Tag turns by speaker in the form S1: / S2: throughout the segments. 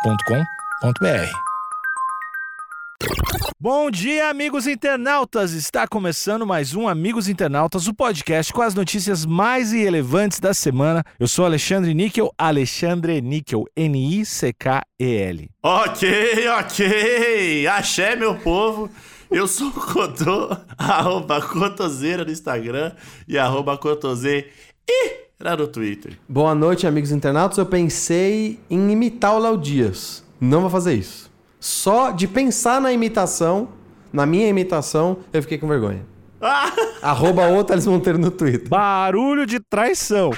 S1: agenciadepodcast.com.br. Bom dia, amigos internautas! Está começando mais um Amigos Internautas, o podcast com as notícias mais relevantes da semana. Eu sou Alexandre Níquel, Alexandre Níquel, N-I-C-K-E-L.
S2: Ok, ok. Axé, meu povo. Eu sou o Cotô, arroba Cotoseira no Instagram e arroba Cotoseira no Twitter.
S3: Boa noite, amigos internautas. Eu pensei em imitar o Léo Dias. Não vou fazer isso. Só de pensar na imitação, na minha imitação, eu fiquei com vergonha.
S2: Ah!
S3: Arroba o Thales Monteiro no Twitter.
S1: Barulho de traição.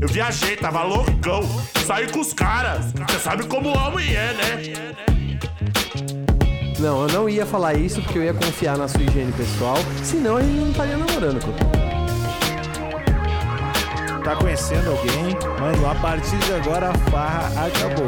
S2: Eu viajei, tava loucão. Saí com os caras. Você sabe como homem é, né?
S3: Não, eu não ia falar isso porque eu ia confiar na sua higiene pessoal, senão ele não estaria namorando. Cotô.
S1: Tá conhecendo alguém? Mano, a partir de agora a farra acabou.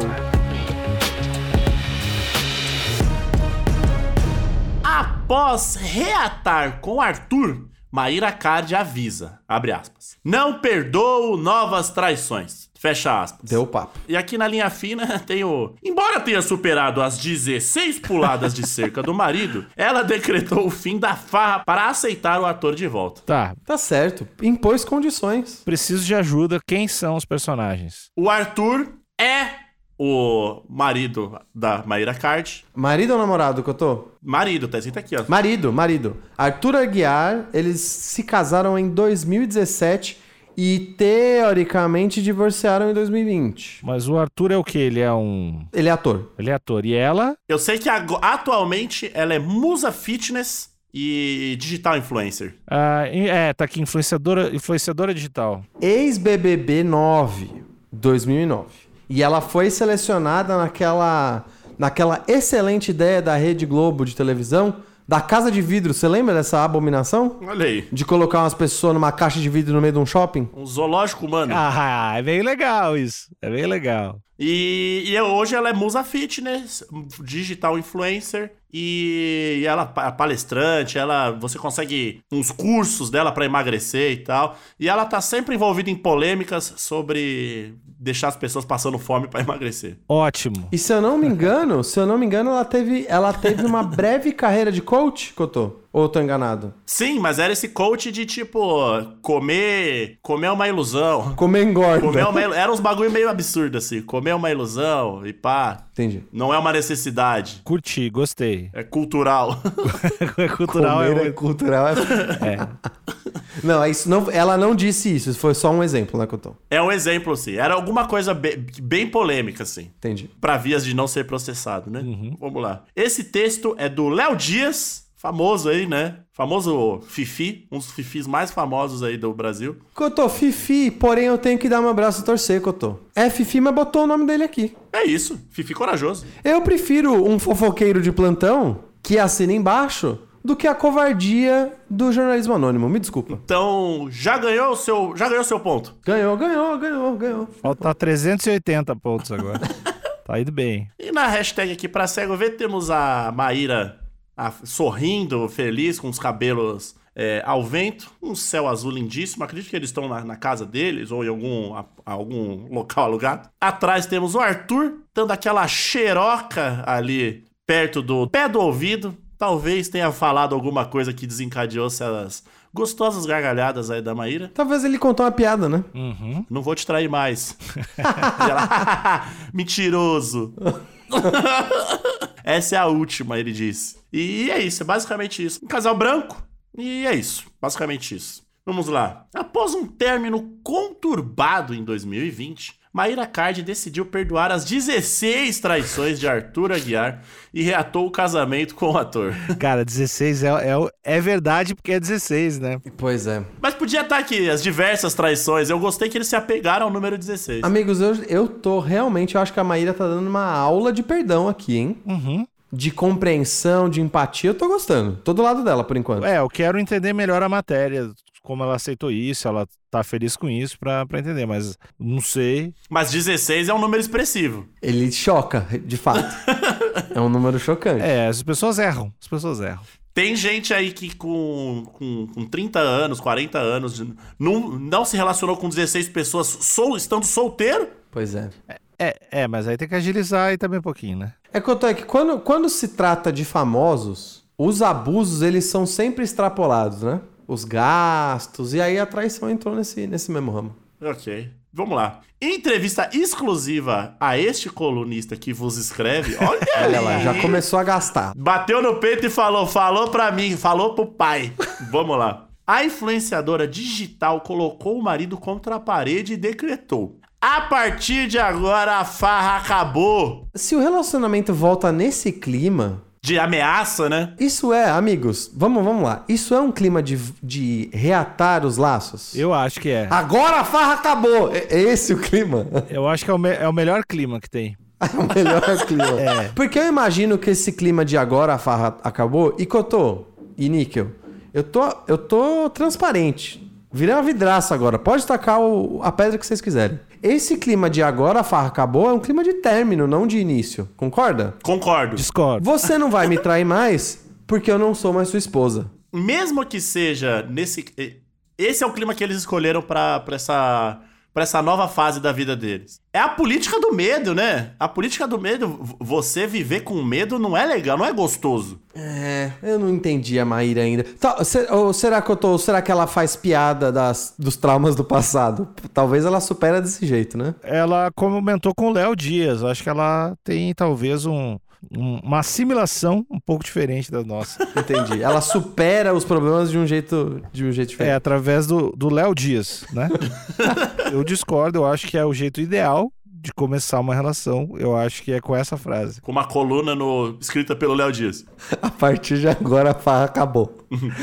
S2: Após reatar com Arthur, Maíra Card avisa, abre aspas, não perdoo novas traições, fecha aspas.
S3: Deu papo.
S2: E aqui na linha fina tem o. Embora tenha superado as 16 puladas de cerca do marido, ela decretou o fim da farra para aceitar o ator de volta.
S1: Tá,
S3: Tá certo. Impôs condições.
S1: preciso de ajuda. Quem são os personagens?
S2: O Arthur é o marido da Maíra Card.
S3: Marido ou namorado, Cotô?
S2: Marido, tá escrito aqui, ó.
S3: Marido, marido. Arthur Aguiar, eles se casaram em 2017 e teoricamente divorciaram em 2020.
S1: Mas o Arthur é o que? Ele é um.
S3: Ele é ator.
S1: Ele é ator. E ela?
S2: Eu sei que ago- atualmente ela é musa fitness e digital influencer.
S1: ah, e- é, tá aqui, influenciadora, influenciadora digital.
S3: Ex-BBB 9, 2009. E ela foi selecionada naquela, naquela excelente ideia da Rede Globo de televisão, da Casa de Vidro. Você lembra dessa abominação?
S2: Olha aí.
S3: De colocar umas pessoas numa caixa de vidro no meio de um shopping?
S2: Um zoológico humano.
S1: Ah, é bem legal isso. É bem legal.
S2: E, e hoje ela é musa fitness, digital influencer e ela é pa- palestrante, ela você consegue uns cursos dela pra emagrecer e tal. E ela tá sempre envolvida em polêmicas sobre deixar as pessoas passando fome pra emagrecer.
S1: Ótimo.
S3: E se eu não me engano, se eu não me engano, ela teve, ela teve uma breve carreira de coach, Cotô? Ou eu tô enganado?
S2: Sim, mas era esse coach de tipo comer, comer é uma ilusão.
S3: Comer engorda.
S2: Comer é uma, ilu- era uns bagulho meio absurdo assim, comer é uma ilusão e pá,
S3: Entendi.
S2: não é uma necessidade,
S1: Curti, gostei.
S2: é cultural.
S1: É cultural é
S3: Comer é
S1: muito-
S3: cultural.
S1: É.
S3: Não, é isso não, ela não disse isso, isso foi só um exemplo, né, Cotô?
S2: É um exemplo, assim. Era alguma coisa be- bem, polêmica, assim.
S3: Entendi.
S2: Pra vias de não ser processado, né? Vamos lá. Esse texto é do Léo Dias, famoso aí, né? Famoso Fifi, um dos Fifis mais famosos aí do Brasil.
S3: Cotô, Fifi, porém eu tenho que dar um abraço e torcer, Cotô. É Fifi, mas botou o nome dele aqui.
S2: É isso, Fifi corajoso.
S3: Eu prefiro um fofoqueiro de plantão que assina embaixo do que a covardia do jornalismo anônimo. Me desculpa.
S2: Então, já ganhou o seu, já ganhou o seu ponto.
S3: Ganhou, ganhou, ganhou, ganhou.
S1: Falta 380 pontos agora. Tá indo bem.
S2: E na hashtag aqui pra cego ver, temos a Maíra a- sorrindo, feliz, com os cabelos é, ao vento, um céu azul lindíssimo. Acredito que eles estão na, na casa deles ou em algum, a- algum local alugado. Atrás temos o Arthur, dando aquela xeroca ali perto do pé do ouvido. Talvez tenha falado alguma coisa que desencadeou essas gostosas gargalhadas aí da Maíra.
S3: Talvez ele contou uma piada, né?
S1: Uhum.
S2: Não vou te trair mais. E ela, mentiroso. Essa é a última, ele disse. E é isso, é basicamente isso. Um casal branco, e é isso, basicamente isso. Vamos lá. Após um término conturbado em 2020, Maíra Card decidiu perdoar as 16 traições de Arthur Aguiar e reatou o casamento com o ator.
S1: Cara, 16 é, é, o- é verdade porque é 16, né?
S3: Pois é.
S2: Mas podia estar aqui as diversas traições. Eu gostei que eles se apegaram ao número 16.
S3: Amigos, eu, eu tô realmente, eu acho que a Maíra tá dando uma aula de perdão aqui, hein?
S1: Uhum.
S3: De compreensão, de empatia, eu tô gostando. Tô do lado dela, por enquanto.
S1: É, eu quero entender melhor a matéria, como ela aceitou isso, ela tá feliz com isso pra, pra entender, mas não sei.
S2: Mas 16 é um número expressivo.
S3: Ele choca, de fato. é um número chocante.
S1: É, as pessoas erram, as pessoas erram.
S2: Tem gente aí que com, com, com 30 anos, 40 anos, não, não se relacionou com 16 pessoas sol, estando solteiro.
S3: Pois é.
S1: É, é, mas aí tem que agilizar aí também um pouquinho, né?
S3: É que eu tô- é que quando, quando se trata de famosos, os abusos eles são sempre extrapolados, né? Os gastos, e aí a traição entrou nesse, nesse mesmo ramo.
S2: Ok. Vamos lá. Entrevista exclusiva a este colunista que vos escreve. Olha,
S3: Olha lá,
S2: aí.
S3: já começou a gastar.
S2: Bateu no peito e falou, falou pra mim, falou pro pai. Vamos lá. A influenciadora digital colocou o marido contra a parede e decretou: A partir de agora a farra acabou.
S3: Se o relacionamento volta nesse clima,
S2: De ameaça, né?
S3: isso é, amigos, vamos, vamos lá. Isso é um clima de, de reatar os laços.
S1: Eu acho que é.
S3: Agora a farra acabou! É é esse o clima?
S1: Eu acho que é o, me- é o melhor clima que tem.
S3: É o melhor clima. Porque eu imagino que esse clima de agora a farra acabou. E Cotô, e Níquel, eu tô, eu tô transparente. Virei uma vidraça agora. Pode tacar o- a pedra que vocês quiserem. Esse clima de agora a farra acabou é um clima de término, não de início. Concorda?
S2: Concordo.
S1: Discordo.
S3: Você não vai me trair mais porque eu não sou mais sua esposa.
S2: Mesmo que seja nesse. Esse é o clima que eles escolheram pra, pra essa. Pra essa nova fase da vida deles. É a política do medo, né? A política do medo. v- Você viver com medo não é legal, não é gostoso.
S3: É, eu não entendi a Maíra ainda. Tá, se- ou será que eu tô, será que ela faz piada das, dos traumas do passado? Talvez ela supera desse jeito, né?
S1: Ela comentou com o Léo Dias. Acho que ela tem talvez um- um- uma assimilação um pouco diferente da nossa.
S3: Entendi. Ela supera os problemas de um jeito, de um jeito
S1: É,
S3: diferente.
S1: através do do Léo Dias, né? eu discordo, eu acho que é o jeito ideal de começar uma relação. Eu acho que é com essa frase.
S2: Com uma coluna no- escrita pelo Léo Dias.
S3: A partir de agora a farra acabou.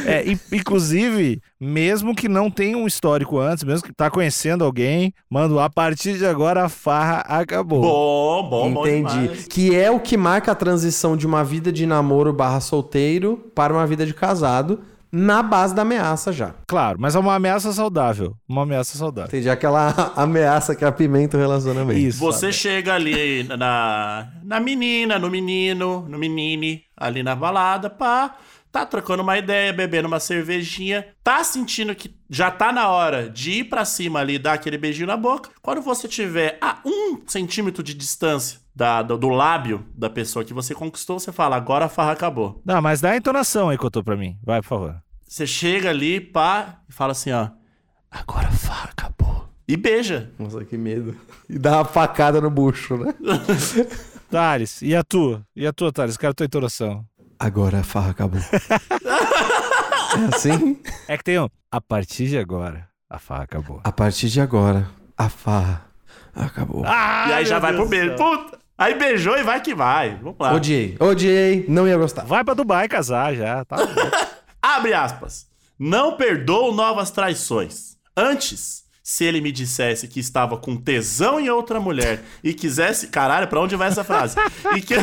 S1: É, in- inclusive, mesmo que não tenha um histórico antes, mesmo que tá conhecendo alguém, mano, a partir de agora a farra acabou.
S2: Bom, bom, bom.
S3: Entendi.
S2: demais.
S3: que é o que marca a transição de uma vida de namoro barra solteiro para uma vida de casado na base da ameaça já.
S1: Claro, mas é uma ameaça saudável. Uma ameaça saudável.
S3: Entendi. Aquela ameaça que apimenta o relacionamento.
S1: Isso.
S2: Você
S1: sabe?
S2: chega ali na, na menina, no menino, no menine, ali na balada, pá. Tá trocando uma ideia, bebendo uma cervejinha. Tá sentindo que já tá na hora de ir pra cima ali, dar aquele beijinho na boca. Quando você tiver a um centímetro de distância da, do, do lábio da pessoa que você conquistou, você fala, agora a farra acabou.
S1: Não, mas dá a entonação aí que eu tô pra mim. Vai, por favor.
S2: Você chega ali, pá, e fala assim, ó. Agora a farra acabou. E beija.
S3: Nossa, que medo. E dá uma facada no bucho, né?
S1: Thales, e a tua? E a tua, Thales? Quero a tua entonação.
S3: Agora a farra acabou. é assim?
S1: É que tem um. A partir de agora, a farra acabou.
S3: A partir de agora, a farra acabou.
S1: Ah,
S2: E aí já
S1: meu
S2: vai
S1: Deus
S2: pro beijo.
S1: do céu.
S2: Puta! Aí beijou e vai que vai. Vamos lá.
S3: Odiei. Odiei. Não ia gostar.
S1: Vai pra Dubai casar já, tá? bom.
S2: Abre aspas. Não perdoo novas traições. Antes, se ele me dissesse que estava com tesão em outra mulher e quisesse. Caralho, pra onde vai essa frase? E que.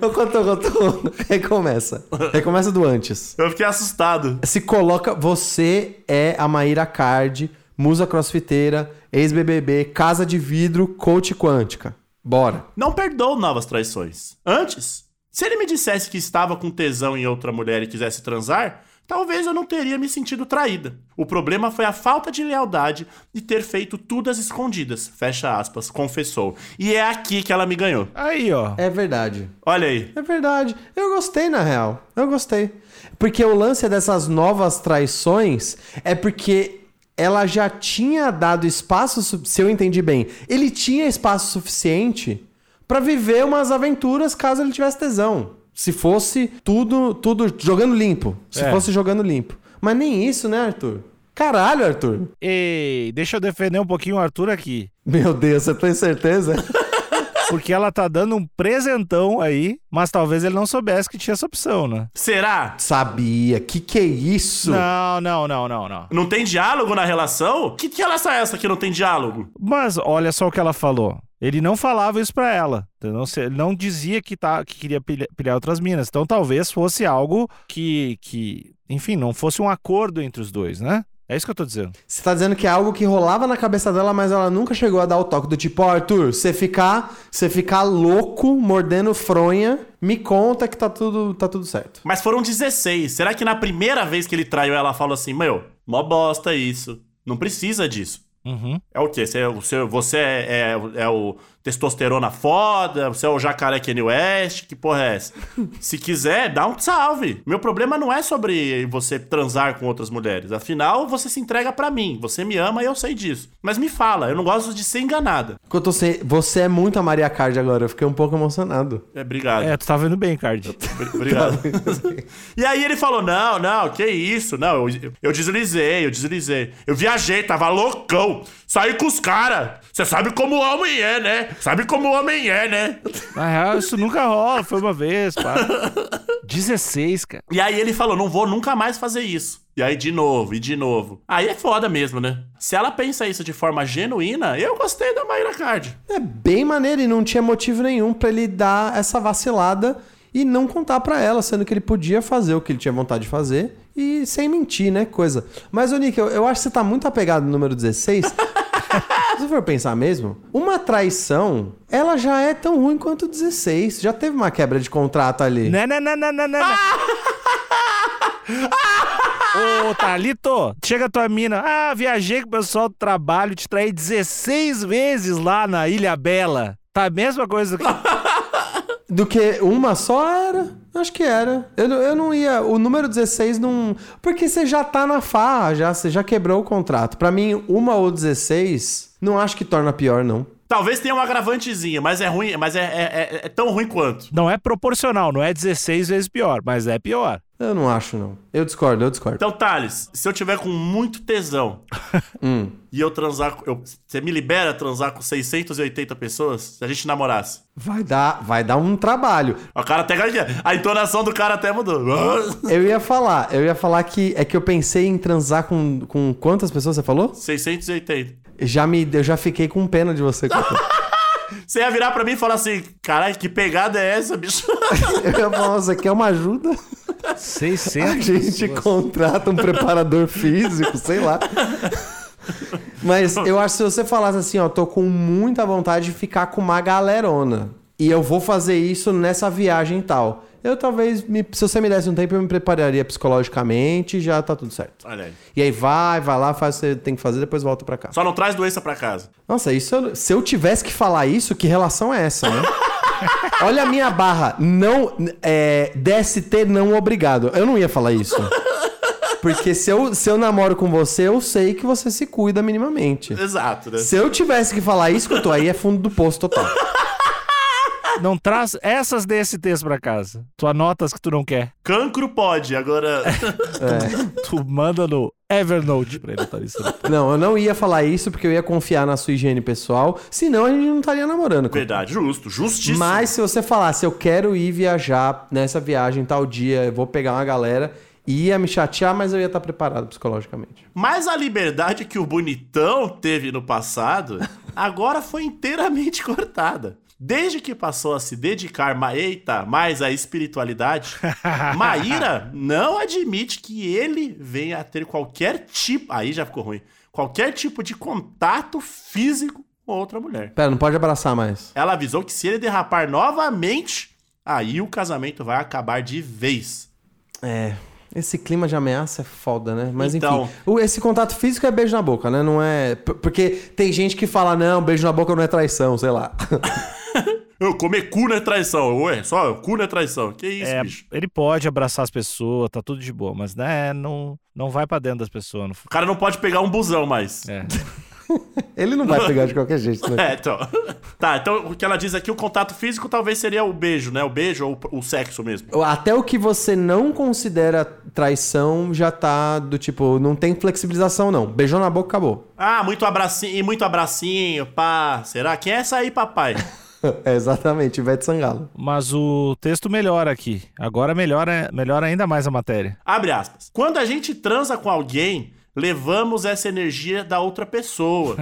S3: Eu conto, eu conto. um. Recomeça. Recomeça do antes.
S2: Eu fiquei assustado.
S3: Se coloca. Você é a Maíra Card, musa crossfiteira, ex-BBB, casa de vidro, coach quântica. Bora.
S2: Não perdoo novas traições. Antes, se ele me dissesse que estava com tesão em outra mulher e quisesse transar, talvez eu não teria me sentido traída. O problema foi a falta de lealdade e ter feito tudo às escondidas. Fecha aspas, confessou. E é aqui que ela me ganhou.
S1: Aí, ó.
S3: É verdade.
S2: Olha aí.
S3: É verdade. Eu gostei, na real. Eu gostei. Porque o lance dessas novas traições é porque ela já tinha dado espaço, su- se eu entendi bem, ele tinha espaço suficiente pra viver umas aventuras caso ele tivesse tesão. Se fosse tudo, tudo jogando limpo. Se
S1: É.
S3: fosse jogando limpo. Mas nem isso, né, Arthur? Caralho, Arthur.
S1: Ei, deixa eu defender um pouquinho o Arthur aqui.
S3: Meu Deus, você tem certeza?
S1: Porque ela tá dando um presentão aí, mas talvez ele não soubesse que tinha essa opção, né?
S2: Será?
S3: Sabia. Que que é isso?
S1: Não, não, não, não, não.
S2: Não tem diálogo na relação? Que que relação é essa que não tem diálogo?
S1: Mas olha só o que ela falou. Ele não falava isso pra ela. entendeu? Se- Ele não dizia que, tá, que queria pilha- pilhar outras minas. Então talvez fosse algo que, que, enfim, não fosse um acordo entre os dois, né? É isso que eu tô dizendo.
S3: Você tá dizendo que é algo que rolava na cabeça dela, mas ela nunca chegou a dar o toque do tipo, ó, Arthur, você ficar, você ficar louco, mordendo fronha, me conta que tá tudo, tá tudo certo.
S2: Mas foram 16. Será que na primeira vez que ele traiu ela falou assim, meu, mó bosta isso. Não precisa disso.
S1: Uhum.
S2: É o quê? Você, é o- você, você é, é- é o testosterona foda? Você é o jacaré Kanye West? Que porra é essa? Se quiser, dá um salve. Meu problema não é sobre você transar com outras mulheres. Afinal, você se entrega pra mim. Você me ama e eu sei disso. Mas me fala, eu não gosto de ser enganada.
S3: Eu tô sem- Você é muito a Maria Card agora, eu fiquei um pouco emocionado.
S2: É, obrigado.
S1: É, tu tá vendo bem, Card.
S2: Obri- Obrigado. Tá e aí ele falou: não, não, que isso, não. Eu, eu deslizei, eu deslizei. Eu viajei, tava loucão. Saí com os caras. Você sabe como homem é, né? Sabe como homem é, né?
S1: Na real, isso nunca rola, foi uma vez, pá. 16, cara.
S2: E aí ele falou: não vou nunca mais fazer isso. E aí, de novo, e de novo. Aí é foda mesmo, né? Se ela pensa isso de forma genuína, eu gostei da Mayra Card.
S3: É bem maneiro e não tinha motivo nenhum pra ele dar essa vacilada e não contar pra ela, sendo que ele podia fazer o que ele tinha vontade de fazer e sem mentir, né? Coisa. Mas, ô Nick, eu, eu acho que você tá muito apegado no número 16. Se você for pensar mesmo, uma traição, ela já é tão ruim quanto 16. Já teve uma quebra de contrato ali.
S1: Não, não, não, não, não, não. não. Ô, Thalito, chega tua mina. Ah, viajei com o pessoal do trabalho, te traí 16 vezes lá na Ilha Bela. Tá a mesma coisa que.
S3: Do que uma só era? Acho que era. Eu, não- eu não ia. O número 16 não. Porque você já tá na farra, já, você já quebrou o contrato. Pra mim, uma ou 16, não acho que torna pior, não.
S2: Talvez tenha um agravantezinho, mas é ruim, mas é- é- é- é tão ruim quanto.
S1: Não é proporcional, não é 16 vezes pior, mas é pior.
S3: Eu não acho, não. Eu discordo, eu discordo.
S2: Então, Thales, se eu tiver com muito tesão e eu transar. com- eu- você me libera transar com 680 pessoas? Se a gente namorasse.
S3: Vai dar, vai dar um trabalho.
S2: O cara até. A entonação do cara até mudou.
S3: Eu ia falar, eu ia falar que é que eu pensei em transar com, com quantas pessoas você falou?
S2: 680.
S3: Já me, eu já fiquei com pena de você. Cotô.
S2: Você ia virar pra mim e falar assim: caralho, que pegada é essa, bicho?
S3: eu ia falar, você quer uma ajuda? A
S1: 600.
S3: gente contrata um preparador físico, sei lá. Mas eu acho que se você falasse assim, ó, tô com muita vontade de ficar com uma galerona. E eu vou fazer isso nessa viagem e tal. Eu talvez, me- se você me desse um tempo, eu me prepararia psicologicamente e já tá tudo certo.
S2: Olha aí.
S3: E aí vai, vai lá, faz o que você tem que fazer, depois volta pra cá.
S2: Só não traz doença pra casa.
S3: Nossa, isso eu- se eu tivesse que falar isso, que relação é essa, né? Olha a minha barra. Não. É, DST não obrigado. Eu não ia falar isso. Porque se eu, se eu namoro com você, eu sei que você se cuida minimamente.
S2: Exato, né?
S3: Se eu tivesse que falar isso que eu tô aí, é fundo do poço total.
S1: Não traz essas DSTs pra casa. Tu anota as que tu não quer.
S2: Cancro pode, agora.
S1: Tu manda no Evernote pra ele, Thalita.
S3: Não, eu não ia falar isso porque eu ia confiar na sua higiene pessoal. Senão a gente não estaria namorando. cara.
S2: Verdade, justo, justíssimo.
S3: Mas se você falasse, eu quero ir viajar nessa viagem tal dia, eu vou pegar uma galera, ia me chatear, mas eu ia estar preparado psicologicamente.
S2: Mas a liberdade que o bonitão teve no passado agora foi inteiramente cortada. Desde que passou a se dedicar ma eita, mais à espiritualidade, Maíra não admite que ele venha a ter qualquer tipo. Aí já ficou ruim. Qualquer tipo de contato físico com outra mulher.
S3: Pera, não pode abraçar mais.
S2: Ela avisou que se ele derrapar novamente, aí o casamento vai acabar de vez.
S3: É. Esse clima de ameaça é foda, né? Mas
S2: Então.
S3: enfim, o- esse contato físico é beijo na boca, né? Não é. p- Porque tem gente que fala, não, beijo na boca não é traição, sei lá.
S2: Eu comer cu não é traição. Ué, só cu não é traição. Que isso,
S1: É,
S2: bicho?
S1: ele pode abraçar as pessoas, tá tudo de boa, mas né, não, não vai pra dentro das pessoas. Não, f-
S2: O cara não pode pegar um busão mais.
S1: é.
S3: Ele não vai pegar de qualquer jeito, né?
S2: É, então. Tá, então o que ela diz aqui, o contato físico talvez seria o beijo, né? O beijo ou o sexo mesmo.
S3: Até o que você não considera traição já tá do tipo, não tem flexibilização, não. Beijou na boca, acabou.
S2: Ah, muito abracinho, e muito abracinho, pá. Será? Quem é essa aí, papai?
S3: é exatamente, Ivete Sangalo.
S1: Mas o texto melhora aqui. Agora melhora, melhora ainda mais a matéria.
S2: Abre aspas. Quando a gente transa com alguém, levamos essa energia da outra pessoa.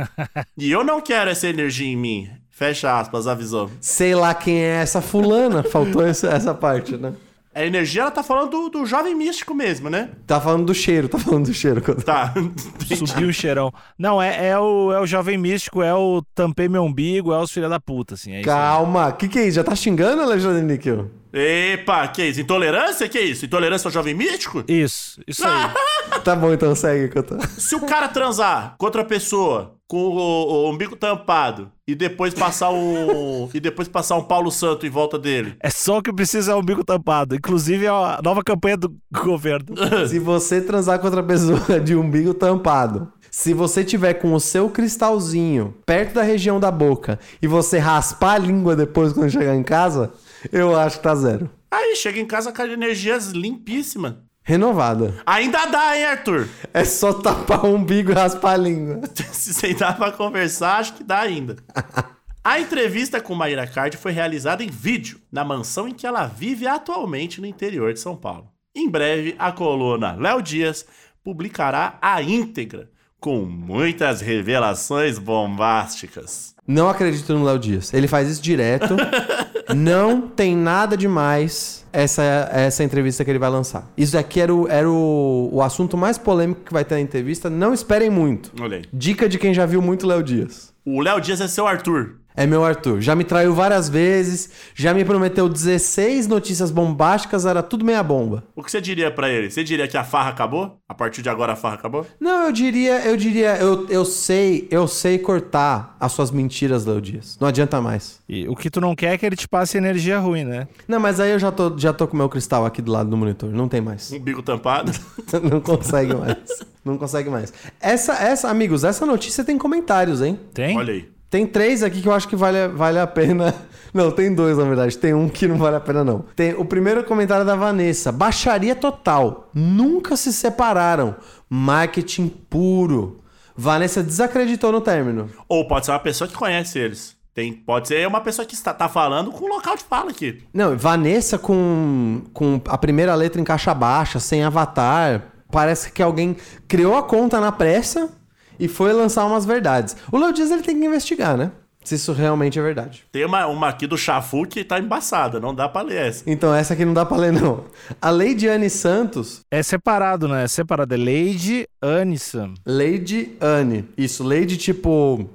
S2: e eu não quero essa energia em mim. Fecha aspas, avisou.
S3: Sei lá quem é essa fulana, faltou essa, essa parte, né?
S2: A energia, ela tá falando do, do jovem místico mesmo, né?
S3: Tá falando do cheiro, tá falando do cheiro.
S2: Tá.
S1: Subiu o cheirão. Não, é, é, o, é o jovem místico, é o tampei meu umbigo, é os filha da puta, assim. É isso aí.
S3: Calma, o que, que é isso? Já tá xingando, Alexandre Níquel?
S2: Epa, que isso? Intolerância? Que isso? Intolerância ao jovem místico?
S1: Isso, isso aí.
S3: Tá bom, então segue que eu tô.
S2: Se o cara transar com outra pessoa com o, o- o umbigo tampado e depois passar um e depois passar um Paulo Santo em volta dele.
S1: É só o que precisa é o umbigo tampado. Inclusive, é a nova campanha do governo.
S3: Se você transar com outra pessoa de umbigo tampado, se você tiver com o seu cristalzinho perto da região da boca e você raspar a língua depois quando chegar em casa, eu acho que tá zero.
S2: Aí chega em casa com as energias limpíssimas.
S3: Renovada.
S2: Ainda dá, hein, Arthur?
S3: É só tapar o umbigo e raspar a língua.
S2: Se sentar pra conversar, acho que dá ainda. A entrevista com Maíra Card foi realizada em vídeo, na mansão em que ela vive atualmente no interior de São Paulo. Em breve, a coluna Léo Dias publicará a íntegra, com muitas revelações bombásticas.
S3: Não acredito no Léo Dias. Ele faz isso direto. Não tem nada demais essa, essa entrevista que ele vai lançar. Isso aqui era, o, era o, o assunto mais polêmico que vai ter na entrevista. Não esperem muito.
S2: Olha aí.
S3: Dica de quem já viu muito Léo Dias.
S2: O Léo Dias é seu Arthur.
S3: É meu Arthur. Já me traiu várias vezes, já me prometeu 16 notícias bombásticas, era tudo meia bomba.
S2: O que você diria pra ele? Você diria que a farra acabou? A partir de agora a farra acabou?
S3: Não, eu diria, eu diria, eu, eu sei, eu sei cortar as suas mentiras, Léo Dias. Não adianta mais.
S1: E o que tu não quer é que ele te passe energia ruim, né?
S3: Não, mas aí eu já tô, já tô com o meu cristal aqui do lado do monitor. Não tem mais.
S2: Um bico tampado?
S3: Não consegue mais. Não consegue mais. Essa, essa, amigos, essa notícia tem comentários, hein?
S1: Tem?
S2: Olha aí.
S3: Tem três aqui que eu acho que vale, vale a pena. Não, tem dois, na verdade. Tem um que não vale a pena, não. Tem o primeiro comentário da Vanessa. Baixaria total. Nunca se separaram. Marketing puro. Vanessa desacreditou no término.
S2: Ou pode ser uma pessoa que conhece eles. Tem, pode ser uma pessoa que está, tá falando com o local de fala aqui.
S3: Não, Vanessa com, com a primeira letra em caixa baixa, sem avatar. Parece que alguém criou a conta na pressa e foi lançar umas verdades. O Léo Dias ele tem que investigar, né? Se isso realmente é verdade.
S2: Tem uma, uma aqui do Chafu que tá embaçada, não dá pra ler essa.
S3: Então, essa aqui não dá pra ler, não. A Leidiane Santos.
S1: É separado, né? É separado. É Lady Anison.
S3: Lady Anne. Isso, Lady tipo.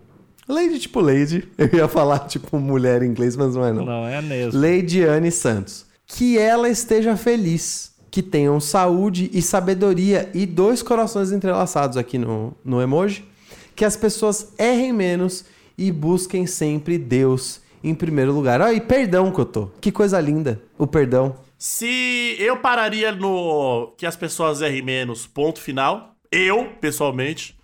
S3: Lady tipo Lady. Eu ia falar tipo mulher em inglês, mas não é,
S1: Não, é mesmo.
S3: Lady Anne Santos. Que ela esteja feliz, que tenham saúde e sabedoria e dois corações entrelaçados aqui no, no emoji. Que as pessoas errem menos e busquem sempre Deus em primeiro lugar. Olha, e perdão, Cotô. Que coisa linda. O perdão.
S2: Se eu pararia no que as pessoas errem menos, ponto final. Eu, pessoalmente,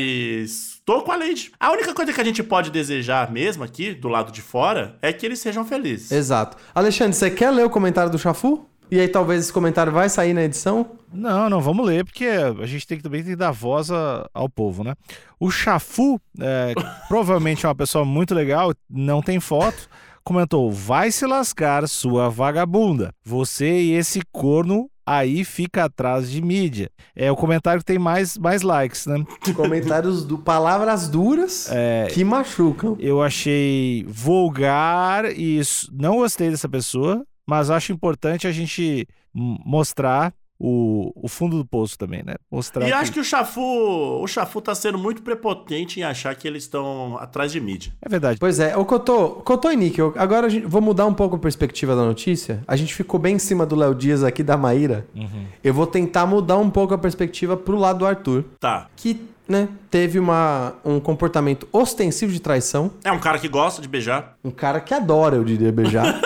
S2: mas tô com a Lady. A única coisa que a gente pode desejar mesmo aqui, do lado de fora, é que eles sejam felizes.
S3: Exato. Alexandre, você quer ler o comentário do Chafu? E aí talvez esse comentário vai sair na edição?
S1: Não, não, vamos ler, porque a gente tem que também tem que dar voz a- ao povo, né? O Chafu, é, provavelmente é uma pessoa muito legal, não tem foto, comentou: vai se lascar, sua vagabunda. Você e esse corno aí fica atrás de mídia. É o comentário que tem mais, mais likes, né?
S3: Comentários do palavras duras que machucam.
S1: Eu achei vulgar e s- não gostei dessa pessoa, mas acho importante a gente m- mostrar o, o fundo do poço também, né? Mostrar.
S2: E eu
S1: que-
S2: acho que o Chafu, o Chafu tá sendo muito prepotente em achar que eles estão atrás de mídia.
S1: É verdade.
S3: Pois é, o Cotô, Cotô e Níquel, agora a gente, vou mudar um pouco a perspectiva da notícia. A gente ficou bem em cima do Léo Dias aqui, da Maíra. Eu vou tentar mudar um pouco a perspectiva pro lado do Arthur,
S2: Tá.
S3: que, né, teve uma, um comportamento ostensivo de traição.
S2: É um cara que gosta de beijar.
S3: Um cara que adora, eu diria, beijar.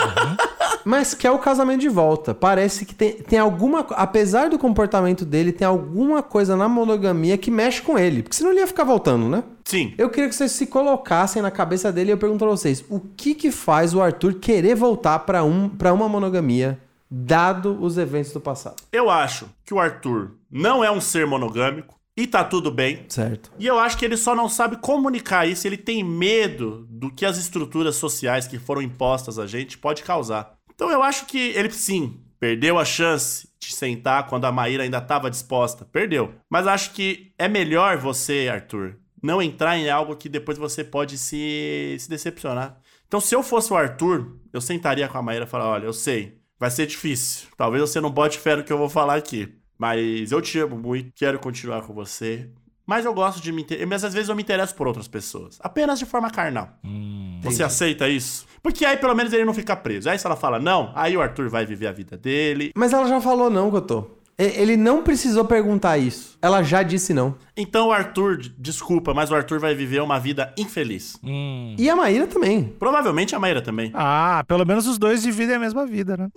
S3: Mas quer o casamento de volta. Parece que tem, tem alguma. co- Apesar do comportamento dele, tem alguma coisa na monogamia que mexe com ele. Porque senão ele ia ficar voltando, né?
S2: Sim.
S3: Eu queria que vocês se colocassem na cabeça dele e eu pergunto pra vocês: o que que faz o Arthur querer voltar pra um, pra uma monogamia, dado os eventos do passado?
S2: Eu acho que o Arthur não é um ser monogâmico e tá tudo bem.
S3: Certo.
S2: E eu acho que ele só não sabe comunicar isso, ele tem medo do que as estruturas sociais que foram impostas a gente pode causar. Então eu acho que ele sim, perdeu a chance de sentar quando a Maíra ainda estava disposta, perdeu. Mas acho que é melhor você, Arthur, não entrar em algo que depois você pode se, se decepcionar. Então se eu fosse o Arthur, eu sentaria com a Maíra e falar, olha, eu sei, Vai ser difícil. Talvez você não bote fé no que eu vou falar aqui. Mas eu te amo muito, quero continuar com você. Mas eu gosto de me inter... Mas às vezes eu me interesso por outras pessoas. Apenas de forma carnal. você aceita isso? Porque aí pelo menos ele não fica preso. Aí se ela fala não, aí o Arthur vai viver a vida dele.
S3: Mas ela já falou não, Cotô. E- Ele não precisou perguntar isso. Ela já disse não.
S2: Então o Arthur, d- desculpa, mas o Arthur vai viver uma vida infeliz.
S1: Hum.
S3: E a Maíra também.
S2: Provavelmente a Mayra também.
S1: Ah, pelo menos os dois dividem a mesma vida, né?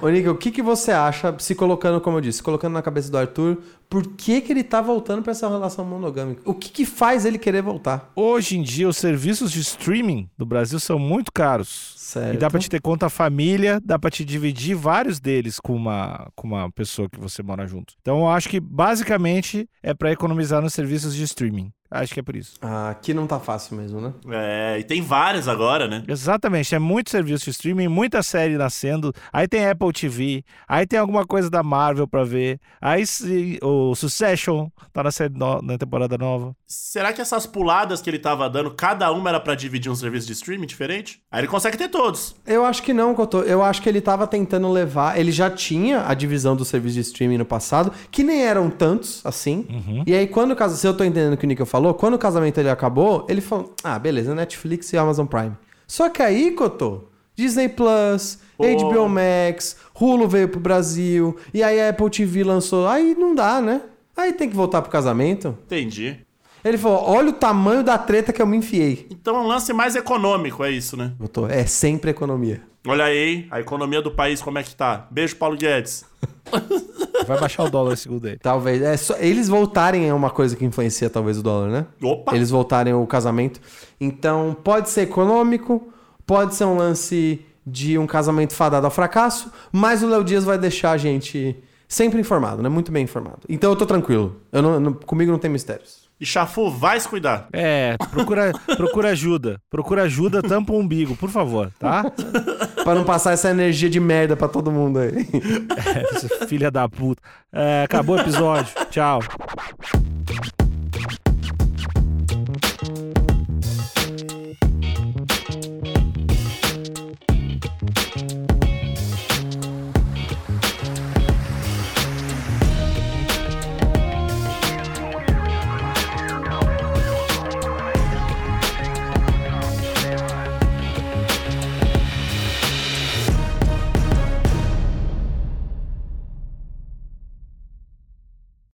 S3: Ô, Nico, o que, que você acha, se colocando, como eu disse, se colocando na cabeça do Arthur, por que, que ele tá voltando pra essa relação monogâmica? O que, que faz ele querer voltar?
S1: Hoje em dia, os serviços de streaming do Brasil são muito caros.
S3: Certo.
S1: E dá pra te ter conta família, dá pra te dividir vários deles com uma, com uma pessoa que você mora junto. Então eu acho que basicamente é pra economizar nos serviços de streaming. Acho que é por isso.
S3: Ah, aqui não tá fácil mesmo, né?
S2: É, e tem várias agora, né?
S1: Exatamente, é muito serviço de streaming, muita série nascendo. Aí tem Apple TV, aí tem alguma coisa da Marvel pra ver. Aí se- o Succession tá na, série no- na temporada nova.
S2: Será que essas puladas que ele tava dando, cada uma era pra dividir um serviço de streaming diferente? Aí ele consegue ter todos.
S3: Eu acho que não, Cotô. Eu acho que ele tava tentando levar. Ele já tinha a divisão do serviço de streaming no passado, que nem eram tantos assim. E aí, quando o casamento. Se eu tô entendendo o que o Nico falou, quando o casamento ele acabou, ele falou: ah, beleza, Netflix e Amazon Prime. Só que aí, Cotô, Disney Plus, HBO Max, Hulu veio pro Brasil, e aí a Apple TV lançou. Aí não dá, né? Aí tem que voltar pro casamento.
S2: Entendi.
S3: Ele falou: olha o tamanho da treta que eu me enfiei.
S2: Então é um lance mais econômico, é isso, né?
S3: Cotô, é sempre economia.
S2: Olha aí, a economia do país, como é que tá? Beijo, Paulo Guedes.
S1: Vai baixar o dólar segundo ele.
S3: Talvez. É só, eles voltarem é uma coisa que influencia talvez o dólar, né?
S2: Opa!
S3: Eles voltarem o casamento. Então, pode ser econômico, pode ser um lance de um casamento fadado ao fracasso, mas o Léo Dias vai deixar a gente sempre informado, né? Muito bem informado. Então eu tô tranquilo. Eu não- não- comigo não tem mistérios.
S2: E Chafu vai se cuidar.
S1: É, procura, procura ajuda. Procura ajuda, tampa o umbigo, por favor, tá?
S3: Pra não passar essa energia de merda pra todo mundo aí.
S1: Filha da puta. É, acabou o episódio. Tchau.